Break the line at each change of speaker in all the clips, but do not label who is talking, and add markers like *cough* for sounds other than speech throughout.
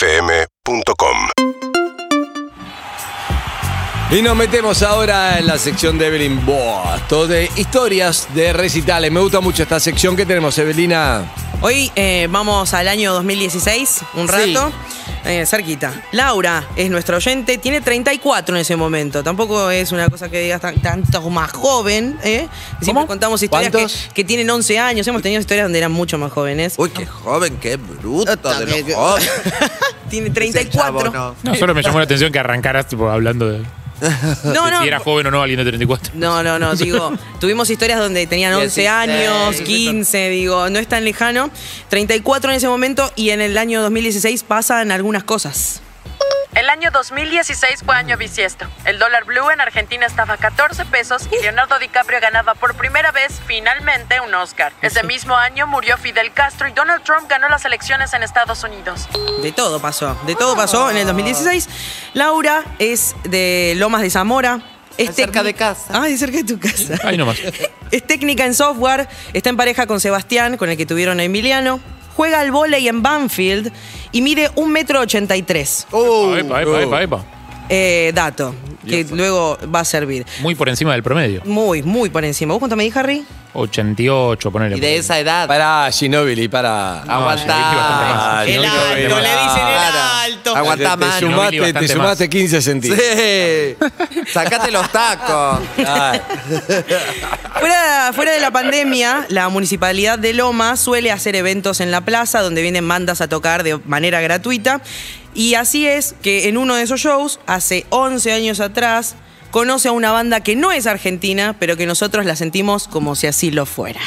UrbanaPlayFM.com
Y nos metemos ahora en la sección de Evelyn Boato de historias de recitales. Me gusta mucho esta sección que tenemos, Evelina.
Hoy eh, vamos al año 2016, un
Sí.
rato, eh, cerquita. Laura es nuestra oyente, tiene 34 en ese momento. Tampoco es una cosa que digas tan- tanto más joven. ¿eh? Siempre
¿Cómo?
contamos historias que,
¿Cuántos?
que tienen 11 años. Hemos tenido historias donde eran mucho más jóvenes.
Uy, qué joven, qué bruto de
También que-
los
*laughs*
jóvenes.
tiene
Ese chavo,
34.
no.
No, solo me llamó la atención que arrancaras tipo hablando de,
Eh, No,
*laughs* de
no.
si era joven o no alguien de 34.
No, no, no, digo, tuvimos historias donde tenían 11
16,
años,
16,
15, digo, no es tan lejano. 34 en ese momento y en el año 2016 pasan algunas cosas.
El año 2016 fue año bisiesto. El dólar blue en Argentina estaba a 14 pesos y Leonardo DiCaprio ganaba por primera vez finalmente un Oscar. Ese mismo año murió Fidel Castro y Donald Trump ganó las elecciones en Estados Unidos.
De todo pasó, de todo pasó en el 2016. Laura es de Lomas de Zamora. Es cerca de casa. Ah, es cerca de tu casa.
*laughs*
*laughs*
Ahí nomás.
Es técnica en software, está en pareja con Sebastián, con el que tuvieron a Emiliano. Juega al vóley en Banfield y mide 1,83 metro. ochenta y tres.
Uh,
epa, epa, epa, epa.
Eh, dato, que luego va a servir.
Muy por encima del promedio.
Muy, muy por encima. ¿Vos cuánto me di, Harry?
88, ponele.
Y de esa edad,
Para Ginobili, para.
aguanta.
Ah, Ginóbili bastante
alto, le dicen el
más.
alto.
Aguanta
te,
mano.
sumás.
sumaste, te
Bastante
sumaste 15 centímetros.
Sí. Sacate los tacos.
Ah,
Fuera, fuera de la pandemia, la municipalidad de Loma suele hacer eventos en la plaza donde vienen bandas a tocar de manera gratuita. Y así es que en uno de esos shows, hace 11 años atrás, conoce a una banda que no es argentina, pero que nosotros la sentimos como si así lo fuera.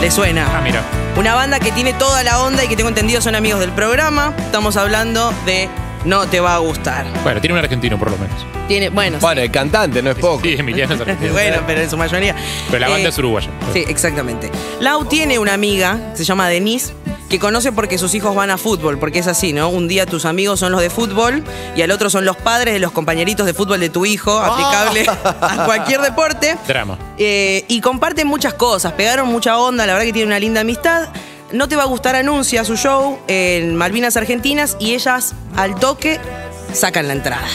¿Le suena?
Ah, mira.
Una banda que tiene toda la onda y que tengo entendido son amigos del programa. Estamos hablando de No te va a gustar.
Bueno, tiene un argentino por lo menos.
Tiene, bueno,
bueno, el cantante no es poco.
Sí, Emiliano es
*laughs*
argentino.
bueno, pero en su mayoría. Eh,
Pero la banda es uruguaya.
Sí, exactamente. Lau tiene una amiga, se llama Denise, que conoce porque sus hijos van a fútbol, porque es así, ¿no? Un día tus amigos son los de fútbol y al otro son los padres de los compañeritos de fútbol de tu hijo, aplicable a cualquier deporte.
Drama.
Eh, y comparten muchas cosas, pegaron mucha onda, la verdad que tienen una linda amistad. No te va a gustar anuncia su show en Malvinas Argentinas y ellas al toque sacan la entrada.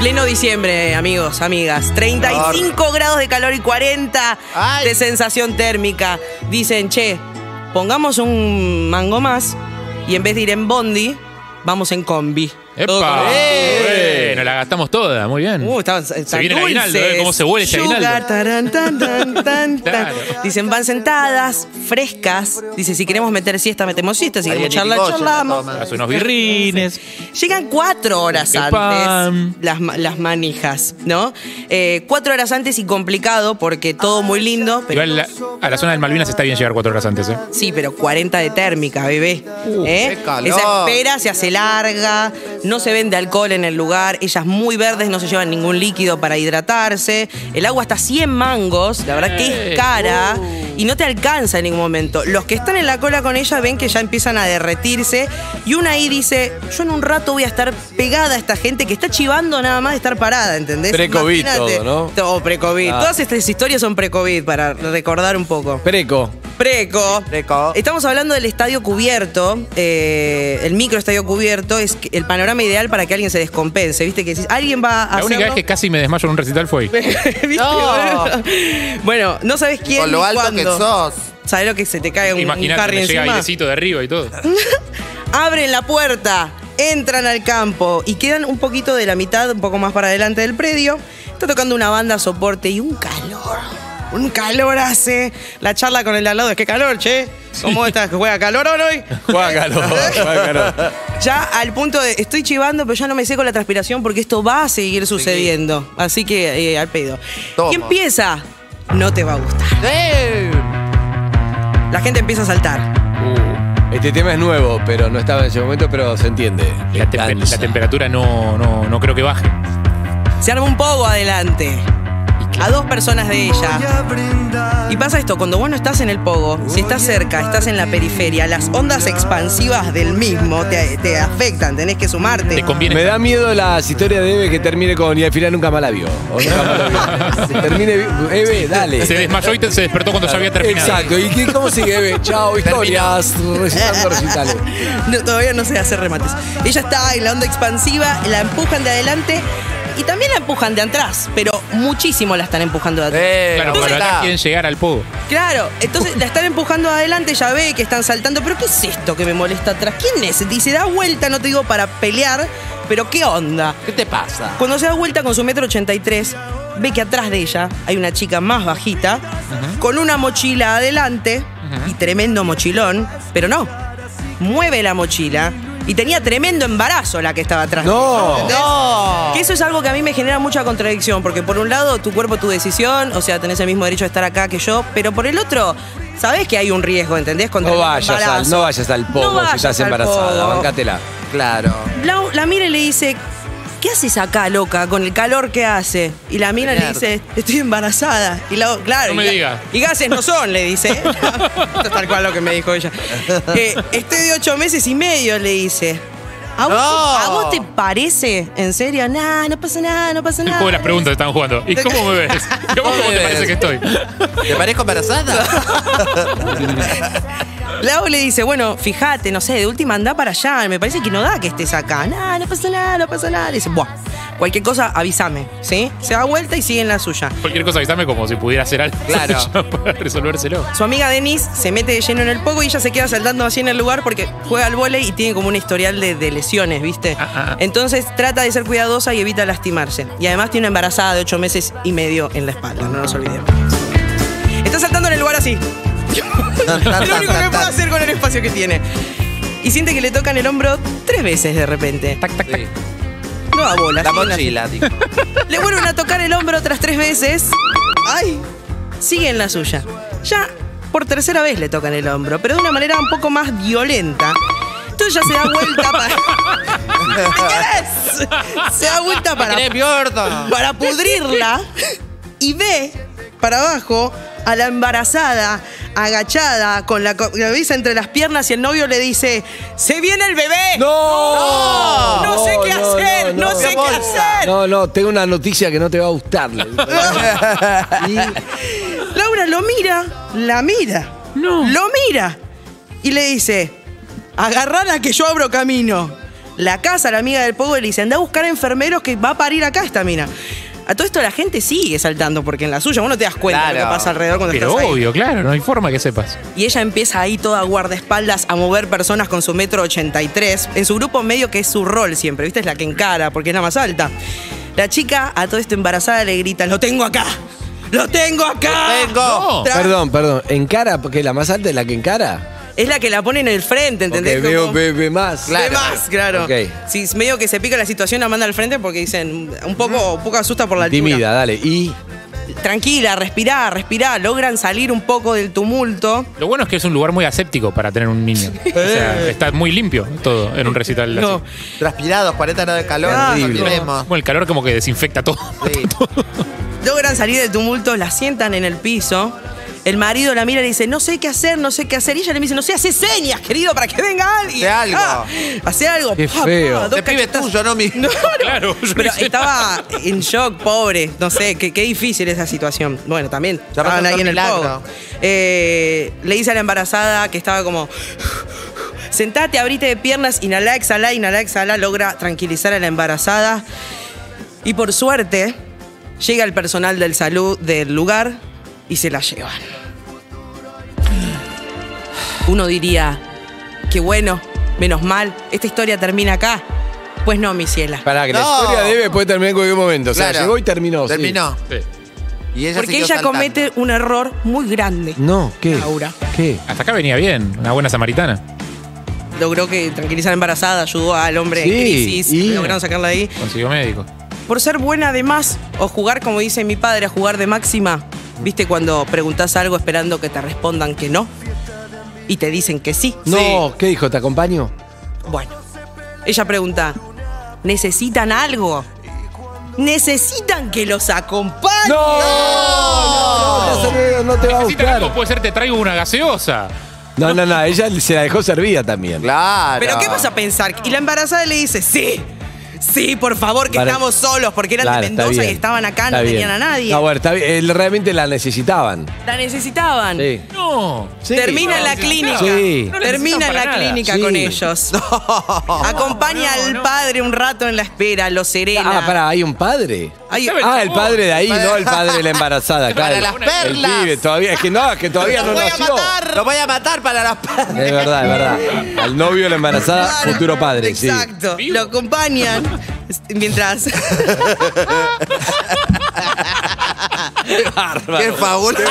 Pleno diciembre, amigos, amigas. 35 grados de calor y 40
Ay.
de sensación térmica. Dicen, che, pongamos un mango más y en vez de ir en bondi, vamos en combi. Todo
¡Epa!
combi.
Bueno, la gastamos toda, muy bien.
Uh, estaban
Mm. Se viene el aguinaldo, ¿eh? ¿Cómo se huele ese aguinaldo? Claro.
Dicen, van sentadas, frescas. Dice, si queremos meter siesta, metemos siesta. Si
Ahí
queremos
en
charlar,
Irigoyen la
charlamos.
toman.
Hace unos birrines.
Llegan cuatro horas
Epa.
antes las, ma- las manijas, ¿no? Eh, cuatro horas antes y complicado porque todo muy lindo. Pero
Igual la- a la zona del Malvinas está bien llegar cuatro horas antes, ¿eh?
Sí, pero 40 de térmica, bebé.
Uh,
¿Eh?
qué calor.
Esa espera se hace larga, no se vende alcohol en el lugar, ellas muy verdes, no se llevan ningún líquido para hidratarse, el agua está 100 mangos, la verdad que es cara.
Uh.
Y no te alcanza en ningún momento. Los que están en la cola con ella ven que ya empiezan a derretirse. Y una ahí dice: Yo en un rato voy a estar pegada a esta gente que está chivando nada más de estar parada, ¿entendés?
Pre-COVID
Imagínate.
todo, ¿no?
Todo pre-COVID.
Ah.
Todas estas historias son pre-COVID para recordar un poco.
Preco.
Preco.
Preco.
Estamos hablando del estadio cubierto, eh, el microestadio cubierto, es que- el panorama ideal para que alguien se descompense, ¿viste? Que si alguien va a
La única vez que casi me desmayo en un recital fue ahí.
que...
No.
Bueno, no sabes quién
Con lo
ni
alto
cuándo.
que sos.
¿Sabés lo que se te cae *laughs* un, un
Imagínate,
carry
me llega
encima?
airecito de arriba y todo.
Abren la puerta, entran al campo y quedan un poquito de la mitad, un poco más para adelante del predio. Está tocando una banda soporte y un calor. Un calor hace. La charla con el de al lado es que calor, che. ¿Cómo estás? ¿Juega calor hoy?
Juágalo,
*laughs*
juágalo.
Ya al punto de, estoy chivando, pero ya no me seco la transpiración porque esto va a seguir sucediendo. Así que eh, al pedo.
Toma.
Y empieza, no te va a gustar.
Eh,
La gente empieza a saltar.
Este tema es nuevo, pero no estaba en ese momento, pero se entiende.
La, tempe-
Danza.
la temperatura no, no, no creo que baje.
Se arma un poco adelante.
Y
a dos personas de ella. Y pasa esto, cuando vos no estás en el pogo, si estás cerca, estás en la periferia, las ondas expansivas del mismo te, te afectan, tenés que sumarte.
Te conviene.
Me da
estar.
miedo las historias de Eve que termine con y al final nunca más la vio. O nunca más
*laughs*
la vio. Termine vi- Eve, dale.
Se desmayó y te- se despertó cuando ya había terminado.
Exacto. ¿Y qué- cómo sigue Eve?
*laughs*
Chao, historias, recitando recitales.
No, todavía no sé hacer remates. Ella está en la onda expansiva, la empujan de adelante y también la empujan de atrás, pero muchísimo la están empujando de atrás.
Eh,
Claro,
¿cómo
pero
está?
acá quieren llegar al pogo.
Claro, entonces la están empujando adelante, ya ve que están saltando, pero ¿qué es esto que me molesta atrás? ¿Quién es? Dice, da vuelta, no te digo para pelear, pero ¿qué onda?
¿Qué te pasa?
Cuando se da vuelta con su metro 83, ve que atrás de ella hay una chica más bajita, con una mochila adelante y tremendo mochilón, pero no, mueve la mochila y tenía tremendo embarazo la que estaba atrás. de
No.
ella, ¿entendés? Que eso es algo que a mí me genera mucha contradicción, porque por un lado tu cuerpo, tu decisión, o sea, tenés el mismo derecho a estar acá que yo, pero por el otro... Sabés que hay un riesgo, ¿entendés? Con
No
tremendo
vayas, al,
embarazo.
no vayas al pogo
No vayas
si estás
al
embarazada.
pogo.
Bancátela.
Claro.
Blau la mira y le dice, ¿qué haces acá, loca, con el calor que hace? Y la mira y le
Claro.
dice, estoy embarazada. Y la, claro,
No me
y, ga-
diga.
Y gases no son, le
*laughs*
dice. Esto es tal cual lo que me dijo ella. Eh, estoy de ocho meses y medio, le dice. ¿A vos,
No.
a vos te parece? ¿En serio? Nah, no pasa nada, no pasa
El
nada.
juego de las preguntas que están jugando. ¿Y cómo me ves? ¿Cómo, cómo te parece que estoy?
¿Te
*laughs*
parezco embarazada?
Lau le dice, bueno, fíjate, no sé, de última anda para allá, me parece que no da que estés acá. No, no pasa nada, no pasa nada. Le dice, buah, cualquier cosa avísame, ¿sí? Se da vuelta y sigue en la suya.
Cualquier cosa avisame como si pudiera hacer algo. *laughs*
Claro.
yo para resolvérselo.
Su amiga Denise se mete de lleno en el pogo y ella se queda saltando así en el lugar porque juega al vóley y tiene como un historial de, de lesiones, ¿viste?
Ah, ah, ah.
Entonces trata de ser cuidadosa y evita lastimarse. Y además tiene una embarazada de ocho meses y medio en la espalda, no nos olvidemos. Está saltando en el lugar así. Es lo único que puede hacer con el espacio que tiene. Y siente que le tocan el hombro tres veces de repente. Tac, tac, tac.
Sí.
No a bolas.
La
sí, en
mochila, digo.
le vuelven a tocar el hombro otras tres veces. ¡Ay! Sigue en la suya. Ya por tercera vez le tocan el hombro, pero de una manera un poco más violenta. Entonces ya se da vuelta para. ¿Qué querés? Se da vuelta para, *laughs*
¡Eres gordo!
para pudrirla y ve para abajo a la embarazada agachada con la co- cabeza entre las piernas y el novio le dice: ¡Se viene el bebé!
¡No!
No sé qué hacer, no, sé qué
bolsa.
hacer.
No, no, tengo una noticia que no te va a gustar. le
*laughs*
digo.
Laura lo mira, la mira. Lo mira. Y le dice, agarrala que yo abro camino. La casa, la amiga del pueblo, le dice, anda a buscar enfermeros que va a parir acá esta mina. A todo esto la gente sigue saltando, porque en la suya vos no te das cuenta de lo
Claro.
que pasa alrededor cuando
Pero
estás ahí.
obvio, claro, no hay forma que sepas.
Y ella empieza ahí toda guardaespaldas a mover personas con su metro 83 en su grupo medio que es su rol siempre, ¿viste? Es la que encara porque es la más alta. La chica a todo esto embarazada le grita, lo tengo acá, lo tengo acá.
¡Tengo!
Tra-
Perdón, perdón. ¿Encara? Porque la más alta es la que encara.
Es la que la pone en el frente, ¿entendés?
Porque veo,
Como-
ve, ve más.
Ve más, claro.
Ok.
Si medio que se pica la situación, la manda al frente porque dicen un poco, un poco asusta por la altura.
Tímida, dale. Y
Tranquila, respirá, respirá. Logran salir un poco del tumulto.
Lo bueno es que es un lugar muy aséptico para tener un niño. O sea, está muy limpio todo en un recital. así.
No.
Transpirados, 40 grados de calor.
Ah,
no
horrible.
*laughs*
tiremos.
Bueno, el calor como que desinfecta todo.
Sí. Este
Logran salir del tumulto, la sientan en el piso. El marido la mira y le dice, no sé qué hacer, no sé qué hacer. Y ella le dice, no sé, hace señas, querido, para que venga alguien.
Hace algo.
Ah, hace algo.
Qué
Pa, pa,
feo.
dos
Este pibe es
cachetazos.
tuyo,
*laughs*
no mi.
Claro, yo no
Pero
hice
estaba en shock, pobre. No sé, qué, qué difícil esa situación. Bueno, también. Estaban
pasó
ahí
un
en el
milagro.
pogo. Eh, le dice a la embarazada que estaba como. *laughs* Sentate, abrite de piernas, inhalá, exhalá, inhalá, exhalá. Logra tranquilizar a la embarazada. Y por suerte, llega el personal del salud del lugar y se la llevan. Uno diría, qué bueno, menos mal, esta historia termina acá. Pues no, mi ciela.
para que la
No.
historia debe puede terminar en cualquier momento. O sea,
Claro.
llegó y terminó. sí.
Terminó.
Sí.
Y ella
Porque
siguió
ella
saltando.
comete un error muy grande.
No, ¿qué?
Laura.
¿Qué?
Hasta acá venía bien, una buena samaritana.
Logró que tranquilizar a la embarazada, ayudó al hombre en
Sí,
crisis,
y-
lograron sacarla de ahí.
Consiguió médico.
Por ser buena además, o jugar, como dice mi padre, a jugar de máxima. ¿Viste cuando preguntas algo esperando que te respondan que no? Y te dicen que sí.
No, ¿qué dijo? ¿Te acompaño?
Bueno, ella pregunta, ¿necesitan algo? necesitan que los acompañe.
No, no, no, eso no
Oh,
te va a
Necesitan
gustar.
algo, puede ser te traigo una gaseosa.
No, no, no, ella se la dejó servida también.
Claro.
Pero ¿qué vas a pensar? Y la embarazada le dice, sí, sí, por favor, que
Para-
estamos solos, porque eran
Claro,
de
está
Mendoza y
bien.
estaban acá, no
Está bien.
tenían a nadie.
No, bueno, está bien, eh, realmente la necesitaban.
La necesitaban.
Sí.
No.
Sí.
Termina en la
Sí.
clínica.
Sí.
No
Termina en
necesitan
la
para nada.
clínica
Sí.
con ellos. Acompaña
No,
al
no.
padre un rato en la espera, lo serena.
Ah, pará, hay un padre.
Ay,
¿Sabe
Ah, el
chabón.
padre de ahí,
Para-
no el padre de la embarazada.
*laughs* Para
claro.
las
El
perlas.
pibe, todavía, es que no, es que todavía no
¡Lo voy
nació.
a matar! ¡Lo voy a matar
*laughs*
para las perlas!
Es verdad, es verdad. Al novio de la embarazada,
Claro,
futuro padre, sí.
Exacto. Lo acompañan mientras.
Qué bárbaro.
¡Qué fabuloso!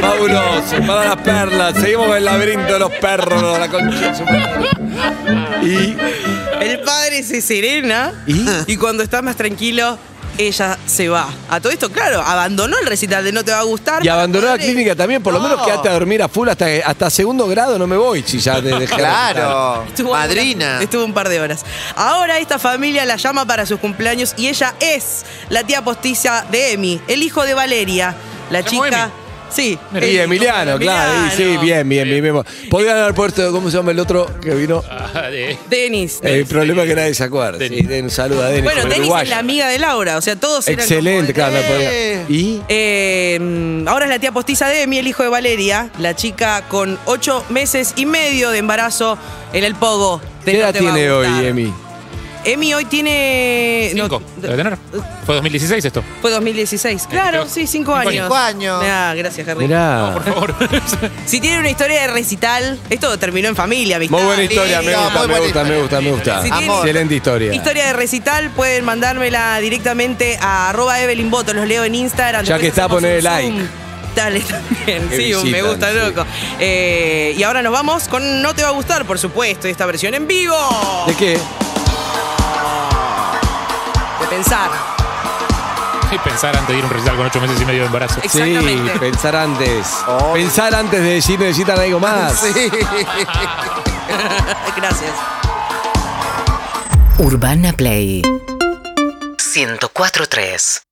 Fabuloso, para las perlas. Seguimos con el laberinto de los perros, la concha de su madre. Y.
El padre se serena
¿Y?
y cuando está más tranquilo, ella se va. A todo esto, claro, abandonó el recital de No Te Va a Gustar.
Y
para
abandonó la
poder-
clínica también, por lo menos quedaste a dormir a full hasta, hasta segundo grado, no me voy si ya te dejé.
¡Claro!
Estuvo
¡Madrina!
una- estuvo un par de horas. Ahora esta familia la llama para sus cumpleaños y ella es la tía postiza de Emi, el hijo de Valeria, la
¿Se llamó
chica.
Emi?
Sí.
Mira,
Y
Sí,
Emiliano, claro, y sí,
Emiliano.
bien, bien, bien. bien. Podrían haber puesto, ¿cómo se llama el otro que vino?
Ah, de-
Denis.
El problema es que nadie se acuerda.
Denis.
Sí, Den, saluda a Denis.
Eh, bueno,
como
Denis es
uruguayo.
la amiga de Laura, o sea, todos eran
Excelente,
como de-
claro. no podía.
Eh.
¿Y?
Eh, ahora es la tía postiza de Emi, el hijo de Valeria, la chica con ocho meses y medio de embarazo en el pogo. de
¿Qué
No
edad
Te Va a
tiene hoy
Gustar.
Emi?
Emi hoy tiene. no,
Cinco. Debe tener. Fue 2016 esto.
fue 2016. Claro,
Cinco.
sí, cinco
Cinco
años.
años. Cinco años.
Ah, gracias, Harry.
Mirá.
Por favor.
Si tiene una historia de recital, esto terminó en familia, ¿viste?
Muy buena historia, me
Lindo,
gusta,
muy
me
buena
gusta, me
historia.
gusta, me gusta.
Si tiene-
Excelente historia.
Historia de recital, pueden mandármela directamente a arroba Evelyn Boto, los leo en Instagram.
Ya
después
que está,
hacemos
poné
un
like.
zoom.
*laughs*
Dale también,
Que
sí, un me
visitan,
gusta
sí.
loco. Eh, y ahora nos vamos con No Te Va a Gustar, por supuesto, esta versión en vivo.
¿De qué?
De pensar. *laughs*
Y pensar antes de ir a un recital con ocho meses y medio de embarazo.
Sí,
Exactamente.
pensar antes.
Oh.
Pensar antes de decir necesitan algo más.
Sí.
*laughs* Gracias.
Urbana Play 104.3